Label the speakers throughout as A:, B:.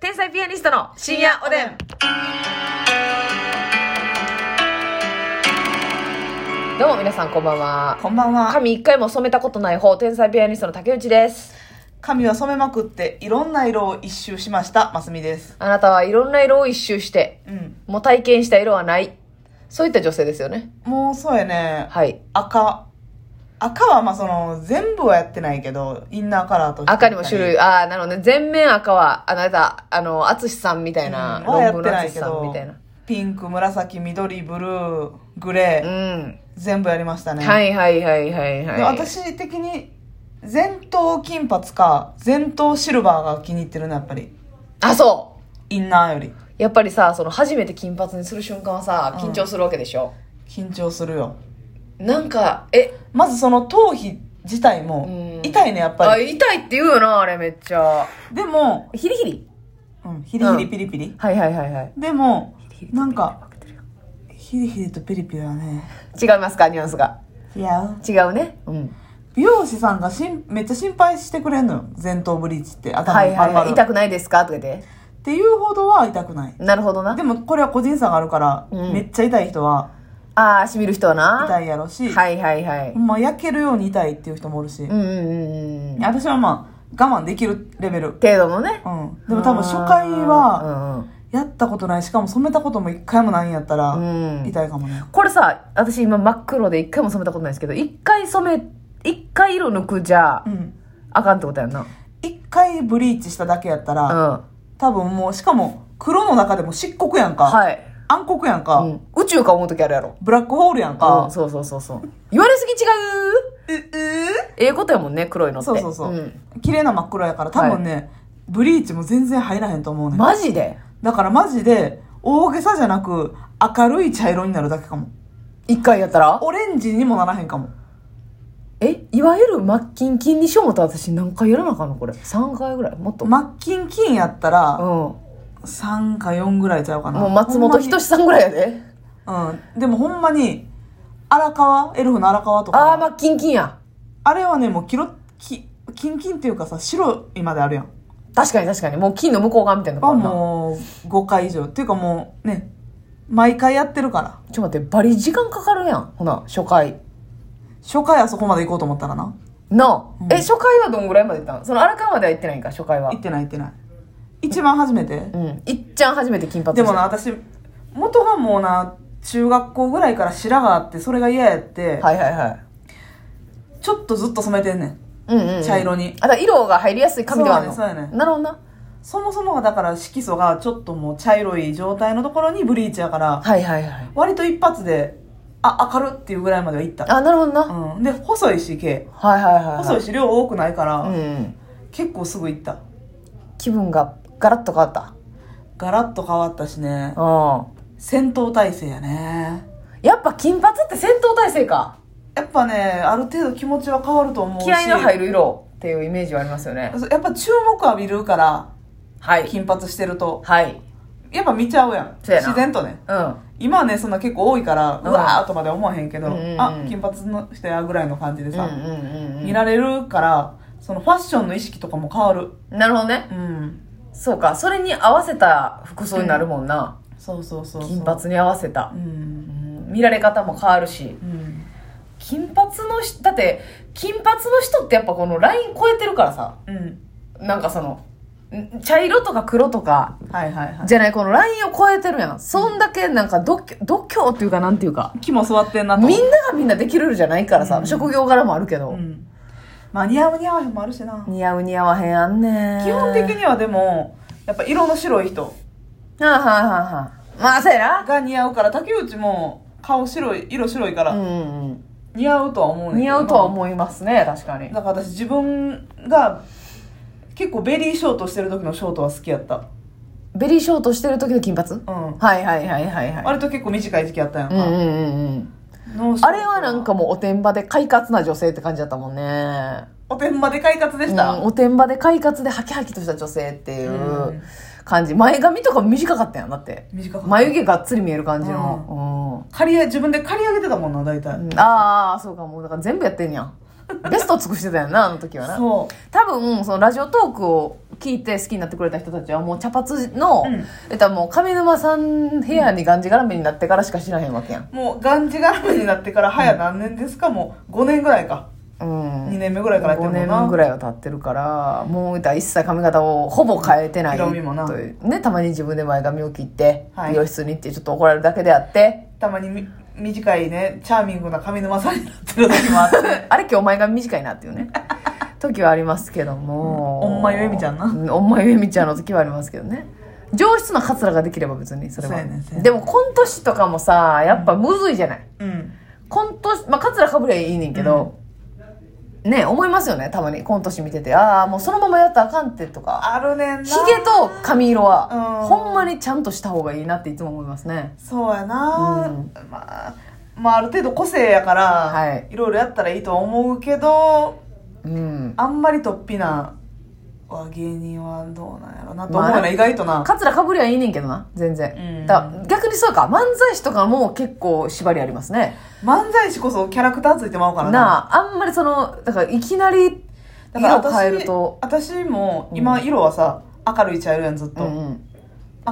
A: 天才ピアニストの深夜おでん。どうも皆さんこんばんは。
B: こんばんは。
A: 髪一回も染めたことない方、天才ピアニストの竹内です。
B: 髪は染めまくって、いろんな色を一周しました。ますみです。
A: あなたはいろんな色を一周して、
B: うん。
A: もう体験した色はない。そういった女性ですよね。
B: もうそうやね。
A: はい。
B: 赤。赤はまあその、全部はやってないけど、インナーカラーとして。
A: 赤にも種類、ああ、なので、全面赤は、あなた、あの、厚さんみたいな、
B: うんはや
A: 論
B: っ
A: 文
B: て
A: の
B: ない
A: 厚
B: け
A: さんみ
B: ど
A: たいな。、
B: ピンク、紫、緑、ブルー、グ
A: う
B: レー、
A: ん。
B: 全部やりましたね。。
A: はいいはいはいはいはい。
B: 私的に、前頭金髪か、前頭シルバーが気に入ってるな、やっぱり。
A: あ、そう。
B: インナーより。
A: やっぱりさその初めて金髪にする瞬間はさ
B: うん
A: 緊張するわけでしょ、
B: 緊張するよ。
A: なんかえ
B: まずその頭皮自体
A: うん
B: も、痛いね、やっぱ
A: あ
B: り。
A: 痛いって言うよなあれめっちゃ
B: でも、
A: ヒリヒリ
B: うん、ヒリヒリピリピリ。
A: はいはいはいはい
B: でも
A: ヒリヒリとピリピリ、
B: なんか、ヒリヒリとピリピリはね、
A: 違いますかニュアンスが
B: いや、
A: 違うねうん
B: 美容師さんがしんめっちゃ心配してくれんのよ。前頭ブリーチって、頭
A: はい
B: にパ
A: はい
B: ルパ
A: はい
B: ル。
A: 痛くないですかとか言って
B: っていうほどは痛くない。
A: なるほどな
B: でもこれは個人差があるから、
A: うん
B: めっちゃ痛い人は
A: ああしみる人はな
B: 痛いやろし、
A: はいはいはい
B: ほんま焼けるように痛いっていう人もおるし、
A: うんうんうんうん
B: 私はまあ、我慢できるレベル。
A: 程度のね
B: うん。でも多分初回は、
A: は
B: やったことない、しかも染めたことも一回もないんやったら、
A: うん、うん、
B: 痛いかもね。
A: これさ私今真っ黒で一回も染めたことないんですけど一回染め一回色抜くじゃ
B: うん。
A: あかんってことやんな
B: 一回ブリーチしただけやったら、
A: うん
B: 多分もう、しかも、黒の中でも漆黒やんか。
A: はい、
B: 暗黒やんか、
A: うん、宇宙か思う時あるやろ
B: ブラックホールやんか。
A: うん、そうそうそうそう言われすぎ違う
B: う、う
A: ええことやもんね黒いのって
B: そうそうそう。
A: ん、
B: 綺麗な真っ黒やから、多分ね、ブリーチも全然入らへんと思うねん。
A: マジで
B: だからマジで、大げさじゃなく、明るい茶色になるだけかも。
A: 一回やったら
B: オレンジにもならへんかも。
A: えいわゆるマッキンキンにしようもと私何回やらなあかんのこれ3回ぐらいもっと、
B: マッキンキンやった
A: うん、
B: ら、
A: も
B: 3か4ぐらいちゃうかな。
A: う松本人志さんぐらいやで
B: ほんまにうん。でもほんまに、荒川、エルフの荒川とか。
A: ああーマッキンキンや
B: あれはね、もうキロ、き、キンキンっていうかさ、白いまであるやん。
A: 確かに確かにもう金の向こう側みたいなとこあ
B: は
A: るなちょ
B: もう5回以上。っていうかもうね、毎回やってるから。
A: っと待ってバリ時間かかるやんほな初回
B: 初回あそこまで行こうと思ったらな。
A: なあ、
B: うん
A: え初回はどんぐらいまで行ったんその荒川までは行ってないんか初回は
B: 行ってない行ってない。一番初めて。
A: うんいっちゃん初めて金髪
B: でも
A: した
B: な、私、元がもうな、中学校ぐらいから白があって、それが嫌やって、
A: はいはいはい
B: ちょっとずっと染めてんねん。
A: うんうんうん、
B: 茶色に
A: あだから色が入りやすい髪ではあるの
B: そうやねそうやね
A: なるほどな
B: そもそもがだから色素がちょっともう茶色い状態のところにブリーチやから、
A: はいはいはい
B: 割と一発で、あ、明るっていうぐらいまでは行った。
A: あなるほどな、
B: うん。で、細いし、毛。
A: はいはいはい、はい、
B: 細いし、量多くないから、
A: うんうん
B: 結構すぐ行った。
A: 気分がガラッと変わった
B: ガラッと変わったしね。
A: う
B: 戦闘態勢やね。
A: んやっぱ金髪って戦闘態勢か
B: やっぱね、ある程度気持ちは変わると思うし。
A: 気合いの入る色っていうイメージはありますよね
B: そうやっぱ注目浴びるから、
A: はい
B: 金髪してると。
A: はい
B: やっぱ見ちゃうやん。
A: そうやな
B: 自然とね。
A: うん
B: 今はね、そんな結構多いから、
A: ん
B: うわーとまでは思わへんけど、
A: うんうんうん
B: あ、金髪の人やぐらいの感じで
A: うんう
B: さ、
A: んうん
B: 見られるから、そのファッションの意識とかも変わる。
A: うんなるほどね
B: うん。
A: そうかそれに合わせた服装になるもんな、
B: そうそうそうそう。
A: 金。髪に合わせた
B: う、ん。
A: うん見られ方も変わるし
B: うん。
A: 金髪の人だって金髪の人ってやっぱこのライン超えてるからさ
B: うん。
A: なんかその、ん茶色とか黒とか、
B: はいはいはい。
A: じゃない、このラインを超えてるやん。そんだけなんか度胸、度胸っていうかなんていうか、
B: 木も座ってんなと。
A: みんながみんなできるじゃないからさ、
B: うん
A: 職業柄もあるけど、
B: うん。まあ、似合う似合わへんもあるしな。
A: 似合う似合わへんあんねん。
B: 基本的にはでも、やっぱ色の白い人
A: はあ、はあはあはあ、まあ、そうや
B: が似合うから、竹内も顔白い、色白いか
A: な。う
B: ら、
A: ん、
B: 似合うとは思うねん
A: うん。
B: け
A: 似
B: ど
A: 合うとは思いますね、確かに。
B: だから私自分が結構ベリーショートしてる時のショートは好きやった。
A: ベリーショートしてる時の金髪
B: うん。
A: はいはいはいはいはい。
B: 割と結構短い時期やったやん
A: うんうん
B: か。
A: うんうん。
B: のショート
A: あれはなんか、もうおてんばで快活な女性って感じだったもんね。
B: おてんばで快活でした。
A: うんおてんばで快活でハキハキとした女性っていう
B: うん
A: 感じ、前髪とか短かったやんだって
B: 短かった。
A: 眉毛がっつり見える感じの、
B: 刈り上げ、自分で刈り上げてたもんな、大体。
A: うんうんああそうかもうだから全部やってんやんベストを尽くしてたよなあの時はな
B: そ
A: 多分そのラジオトークを聞いて好きになってくれた人たちはもう茶髪の、
B: うん
A: えっともう上沼さん部屋にがんじがらめになってからしか知らへんわけやん
B: うもうがんじがらめになってから早何年ですか、もう5年ぐらいか
A: うん
B: 2年目ぐらいからやっ
A: 5
B: てるもん
A: 年
B: な
A: ぐらいは経ってるからもう一切髪型をほぼ変えてない
B: 色味もな
A: というねたまに自分で前髪を切って、
B: はい
A: 美容室に行ってちょっと怒られるだけであって
B: たまにみ短いねチャーミングな上沼さんになってる時もあって
A: あれ今日前髪短いなっていう ね時はありますけども、
B: うんおんまゆえみちゃんな
A: うおんまゆえみちゃんの時はありますけどね上質なカツラができれば別にそれは
B: そうやねんそうやねん
A: でもコント師とかもさやっぱむずいじゃない、
B: うん
A: コント師まあカツラかぶりゃいいねんけど、ね思いますよねたまにコント師見ててああもうそのままやったらあかんってとか
B: あるねんな
A: ヒゲと髪色は、
B: うん
A: ほんまにちゃんとした方がいいなっていつも思いますね。
B: そうやな、
A: うん
B: まあまあある程度個性やから、
A: はい
B: い、ろいろやったらいいとは思うけど
A: うん。
B: あんまりとっぴなは芸人はどうなんやろなと思うな、
A: まあ
B: 意外とな
A: カツラかぶりはいいねんけどな、全然。
B: うん
A: だから逆にそうか、漫才師とかも結構縛りありますね。
B: 漫才師こそキャラクターついてまうからな
A: なあ、あんまりその、だからいきなり
B: だから
A: 色
B: 私
A: 変えると、
B: 私も今色はさ、明るい茶色やんずっ
A: う
B: と、
A: んうん。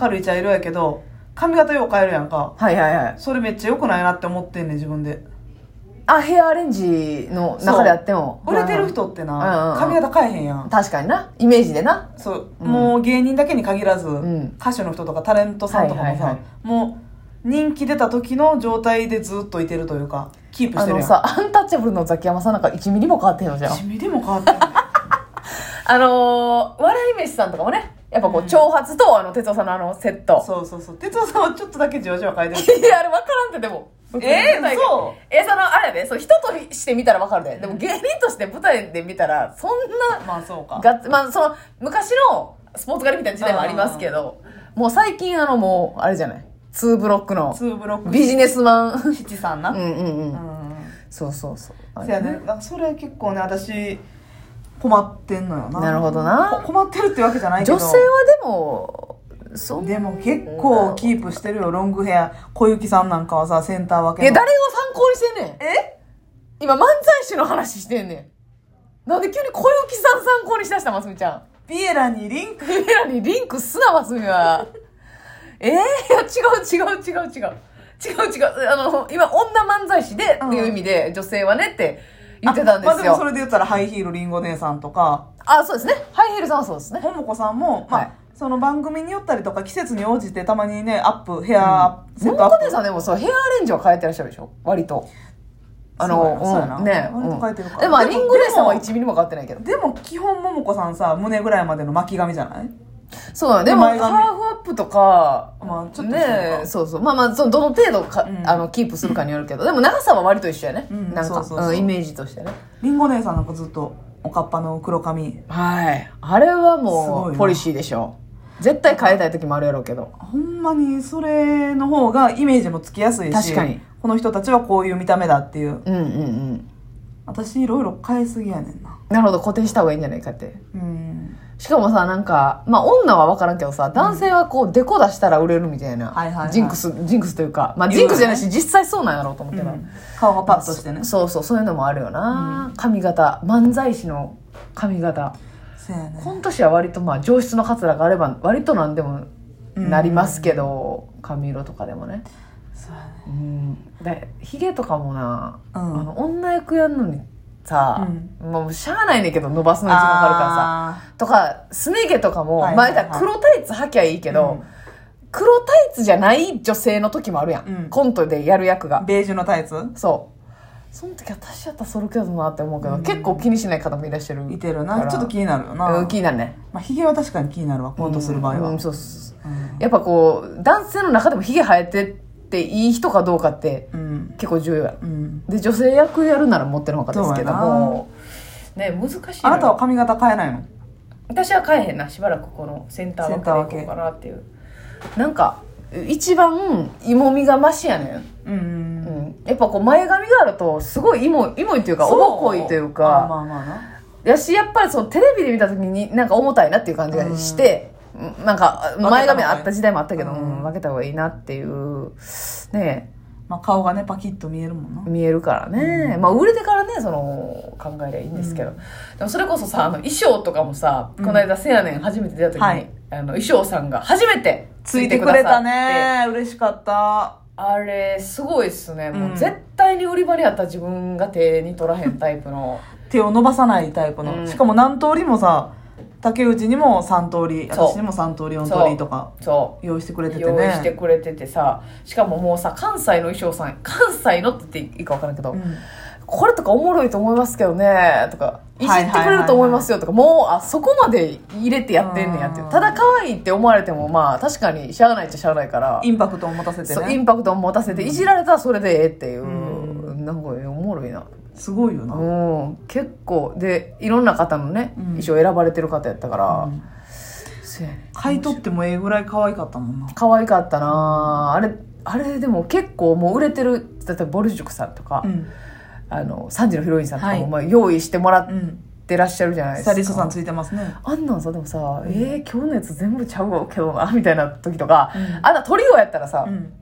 B: 明るい茶色やけど髪型よう変えるやんか
A: はいはいはい。
B: それめっちゃ良くないなって思ってんねん自分で
A: あ、ヘアアレンジの中であっても。
B: 売れてる
A: 人
B: 人って
A: うんうんう
B: な、
A: ん
B: 髪型変えへんやん
A: 確かにな。イメージでな。
B: そう、
A: うん
B: もう芸人だけに限らず、
A: ん
B: 歌手の人とかタレントさんとかもさ、
A: はいはいはい
B: もう人気出た時の状態でずっといてるというかキープ
A: あ
B: してる
A: の
B: やん
A: さ、アンタッチャブルのザキヤマさんなんか1ミリも変わってへんの じゃん。
B: 地味でも変わってる
A: あのー、笑い飯さんとかもね、やっぱこう、
B: うん
A: 長髪と、あの、哲夫さんのあの、セット。
B: そうそうそう哲夫さんはちょっとだけじわじわ変 えてる
A: いや、あれ分からんって、でも。
B: えー
A: 舞台で
B: 嘘
A: え、その、あれやで、そう、人として見たら分かるで。でも、芸人として舞台で見たら、そんな、
B: まあそうか
A: ガッツ、まあ、その、昔のスポーツ狩りみたいな時代もありますけど、もう最近、あの、もう、あれじゃない、2ブロックの
B: ツーブロック
A: ビジネスマ ン。
B: 七さんな、
A: うんうんう。
B: うんん
A: そうそうそう。あ
B: そ
A: れ
B: やね。なんかそれ結構ね私困ってんのよな
A: なるほどな
B: こ困ってるってわけじゃないけど
A: 女性はでも、そんな
B: でも結構キープしてるよロングヘア小雪さんなんかはさセンター分け
A: いや、
B: の
A: 誰を参考にしてんねん。
B: え
A: 今、漫才師の話してんねん。なんで急に小雪さん参考にしだした、ますみちゃん。
B: ビエラにリンク
A: ペラにリンクすな、ますみは。えー、いや、違う違う違う違う。違う違う。あの、今、女漫才師で、っていう意味で、女性はねって言ってたんで
B: あまあ
A: す
B: でもそ
A: よ。
B: れで言ったらハイヒールりんご姉さんとか、
A: あ、そうですね。ハイヒールさんはそうですね。
B: ももこさんも、まあ、
A: はい
B: その番組によったりとか季節に応じてたまにね、アップ、ヘア、セ
A: も
B: ッ
A: も
B: トア
A: こ
B: ッ
A: ね
B: プ。
A: さんでもそう、ヘアアレンジは変えてらっしゃるでしょ割と。あ
B: そうやな
A: の、、
B: そううんや
A: ね
B: な。割と変えてるから
A: うんで、まあ、
B: でも
A: リンゴレイさんは1ミリも変わってないけど。
B: でも基本ももこさんさ、胸ぐらいまでの巻き髪じゃない
A: そうだね。でも、ハ
B: 前髪
A: ーフアップとか、
B: まあちょっと
A: ねえそうそうまあまあそのどの程度か、
B: うん
A: あのキープするかによるけどでも長さは割と一緒やね、
B: う
A: な
B: ん
A: んか
B: そうそうそう
A: うんイメージとしてね
B: りんご姉さんなんかずっとおかっぱの黒髪。
A: はいあれは
B: す
A: も
B: ごいうな
A: ポリシーでしょ絶対変えたい時もあるやろうけど
B: ほんまにそれの方がイメージもつきやすいし、
A: 確かに
B: この人たちはこういう見た目だっていう。
A: うんうんうん
B: 私いろいろ変えすぎやねんな。
A: なるほど固定した方がいいんじゃないかって
B: うん。
A: しかもさなんかまあ女は分からんけどさ男性はこうデコ出したら売れるみたいな、
B: はいはいはい
A: ジンクスジンクスというかまあ
B: 言う
A: ジ
B: よ
A: ン
B: ね
A: クスじゃないし実際そうなんやろうと思って
B: う
A: な、
B: ん顔がパッとしてね。
A: そうそうそういうのもあるよな、髪型漫才師の髪型
B: そうやね。
A: 今年は割とまあ上質のカツラがあれば割と何でもなりますけど、髪色とかでもね
B: そうやね。
A: うんでヒゲとかもな、
B: うん
A: あの女役やんのにさ、もうしゃあないねんけど伸ばすのに時間かかるから
B: あ
A: さとかすね毛とかも、
B: はいはいはい
A: まあ言ったら黒タイツ履きゃいいけど、
B: うん
A: 黒タイツじゃない女性の時もあるやん、
B: うん
A: コントでやる役が
B: ーベージュのタイツ
A: そうその時私やったらそれけどなって思うけど、
B: うん
A: 結構気にしない方もいらっしゃる
B: いてる
A: か
B: な
A: ら
B: ちょっと気になるよ
A: うん
B: な
A: 気になるね
B: まあひげは確かに気になるわコントする場合は
A: うんうんそうそうそう
B: うん
A: やっぱこう男性の中でもヒゲ生えてっていい人かどうかって
B: うん
A: 結構重要や
B: うん
A: で女性役やるなら持ってるのかですけどもね難しい
B: あ
A: のよ
B: なたは髪型変えないの
A: 私は変えへんなしばらくこのセンター分けでいこ
B: セン
A: う
B: タ
A: かなっていうなんか一番イモみがマシやね
B: うん
A: ん、うん、やっぱこう前髪があるとすごいイモイモいというかおぼこいという
B: あ
A: か
B: まあまあな
A: やしやっぱりそのテレビで見た時になんか重たいなっていう感じがして、うんなんか前髪あった時代もあったけど、
B: う
A: うんん分けた方がいいなっていうねえ
B: まあ、顔がねパキッと見えるもんな
A: 見えるからね、まあ売れてからねその考えりゃいいんですけど、でもそれこそさあの衣装とかもさ、
B: うん
A: この間せやねん初めて出た時に、
B: はい
A: あの衣装さんが初めて
B: ついてくれた
A: ついてくださって
B: ね嬉しかった
A: あれすごいっすねも
B: う
A: うん絶対に売り場にあった自分が手に取らへんタイプ の
B: 手を伸ばさないタイプの、
A: うん
B: しかも何通りもさ竹内にも3通り
A: そう
B: 私にも3通り4通りとか
A: そう
B: 用意してくれててね
A: 用意してくれててさしかももうさ関西の衣装さん関西のって言っていいか分からんけど、
B: うん
A: これとかおもろいと思いますけどねとか
B: い
A: い
B: は
A: じ
B: いはい
A: ってくれると思いますよとか、もうあそこまで入れてやってんねんやって
B: うん
A: ただ可愛いって思われてもまあ確かにしゃあないっちゃしゃあないから
B: インパクトを持たせて
A: そうイ
B: ね
A: ンパクトを持たせていじられたらそれでええっていう、
B: う
A: なんかおもろいな、
B: すごいよな、
A: うん、結構でいろんな方のね、
B: うん
A: 衣装選ばれてる方やったから、
B: うん
A: そうやね
B: 買い取ってもええぐらい可愛かったもんな
A: 可愛かったなああれあれでも結構もう売れてる例えばボル塾さんとか、
B: うん
A: あの3時のヒロインさんとか
B: は
A: も
B: い
A: まあ用意してもらっ
B: うん
A: てらっしゃるじゃないで
B: ス
A: すか、
B: タイリストさんついてますね
A: あんなんさでもさ、えー、今日のやつ全部ちゃうわけどなみたいな時とか、
B: うん
A: あんなトリオやったらさ、
B: うん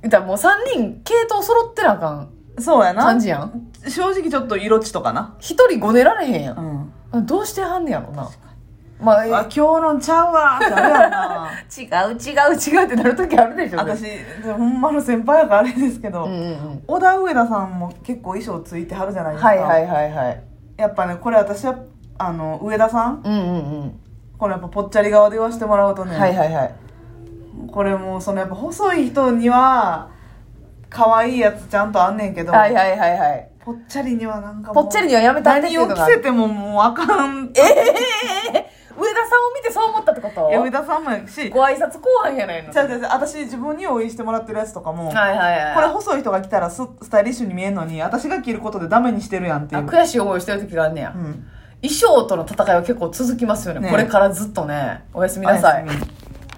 A: 言ったらもう3人系統揃ってなあかん
B: そうやな
A: 感じやん
B: 正直ちょっと色地とかな、
A: 一人ごねられへんや、
B: うんん、
A: どうしてはんねやろなまあ、え
B: あ今日のちゃうわーってあるや んな
A: 違う違う違うってなる時あるでしょ
B: 私ほんまの先輩やからあれですけど、
A: うんうん
B: 小田上田さんも結構衣装ついてはるじゃな
A: う
B: い
A: ん
B: ですか、
A: はいはいはいはい
B: やっぱねこれ私はあの上田さん
A: うんうんうん
B: これやっぱぽっちゃり側で言わせてもらうとね、
A: はいはいはい
B: これもうそのやっぱ細い人には可愛いやつちゃんとあんねんけど、
A: はいはいはいはい。
B: ぽっちゃりにはなんかも
A: ぽ
B: う
A: っちゃりにはやめたいねって
B: 何
A: いう
B: を
A: の
B: 着
A: が。
B: せてももうあかん
A: ええええええ上田さんを見てそう思ったってこと
B: いや上田さんもやし
A: ご挨拶後半やないの。
B: ちゃうちゃうちゃう私自分に用意してもらってるやつとかも、
A: はいはいはい。
B: これ細い人が来たらススタイリッシュに見えるのに私が着ることでダメにしてるやんってい
A: あ
B: う、
A: 悔しい思いをしてる時があんねや、
B: うん、
A: 衣装との戦いは結構続きますよね
B: ね
A: これからずっとねおやすみなさい
B: おやすみ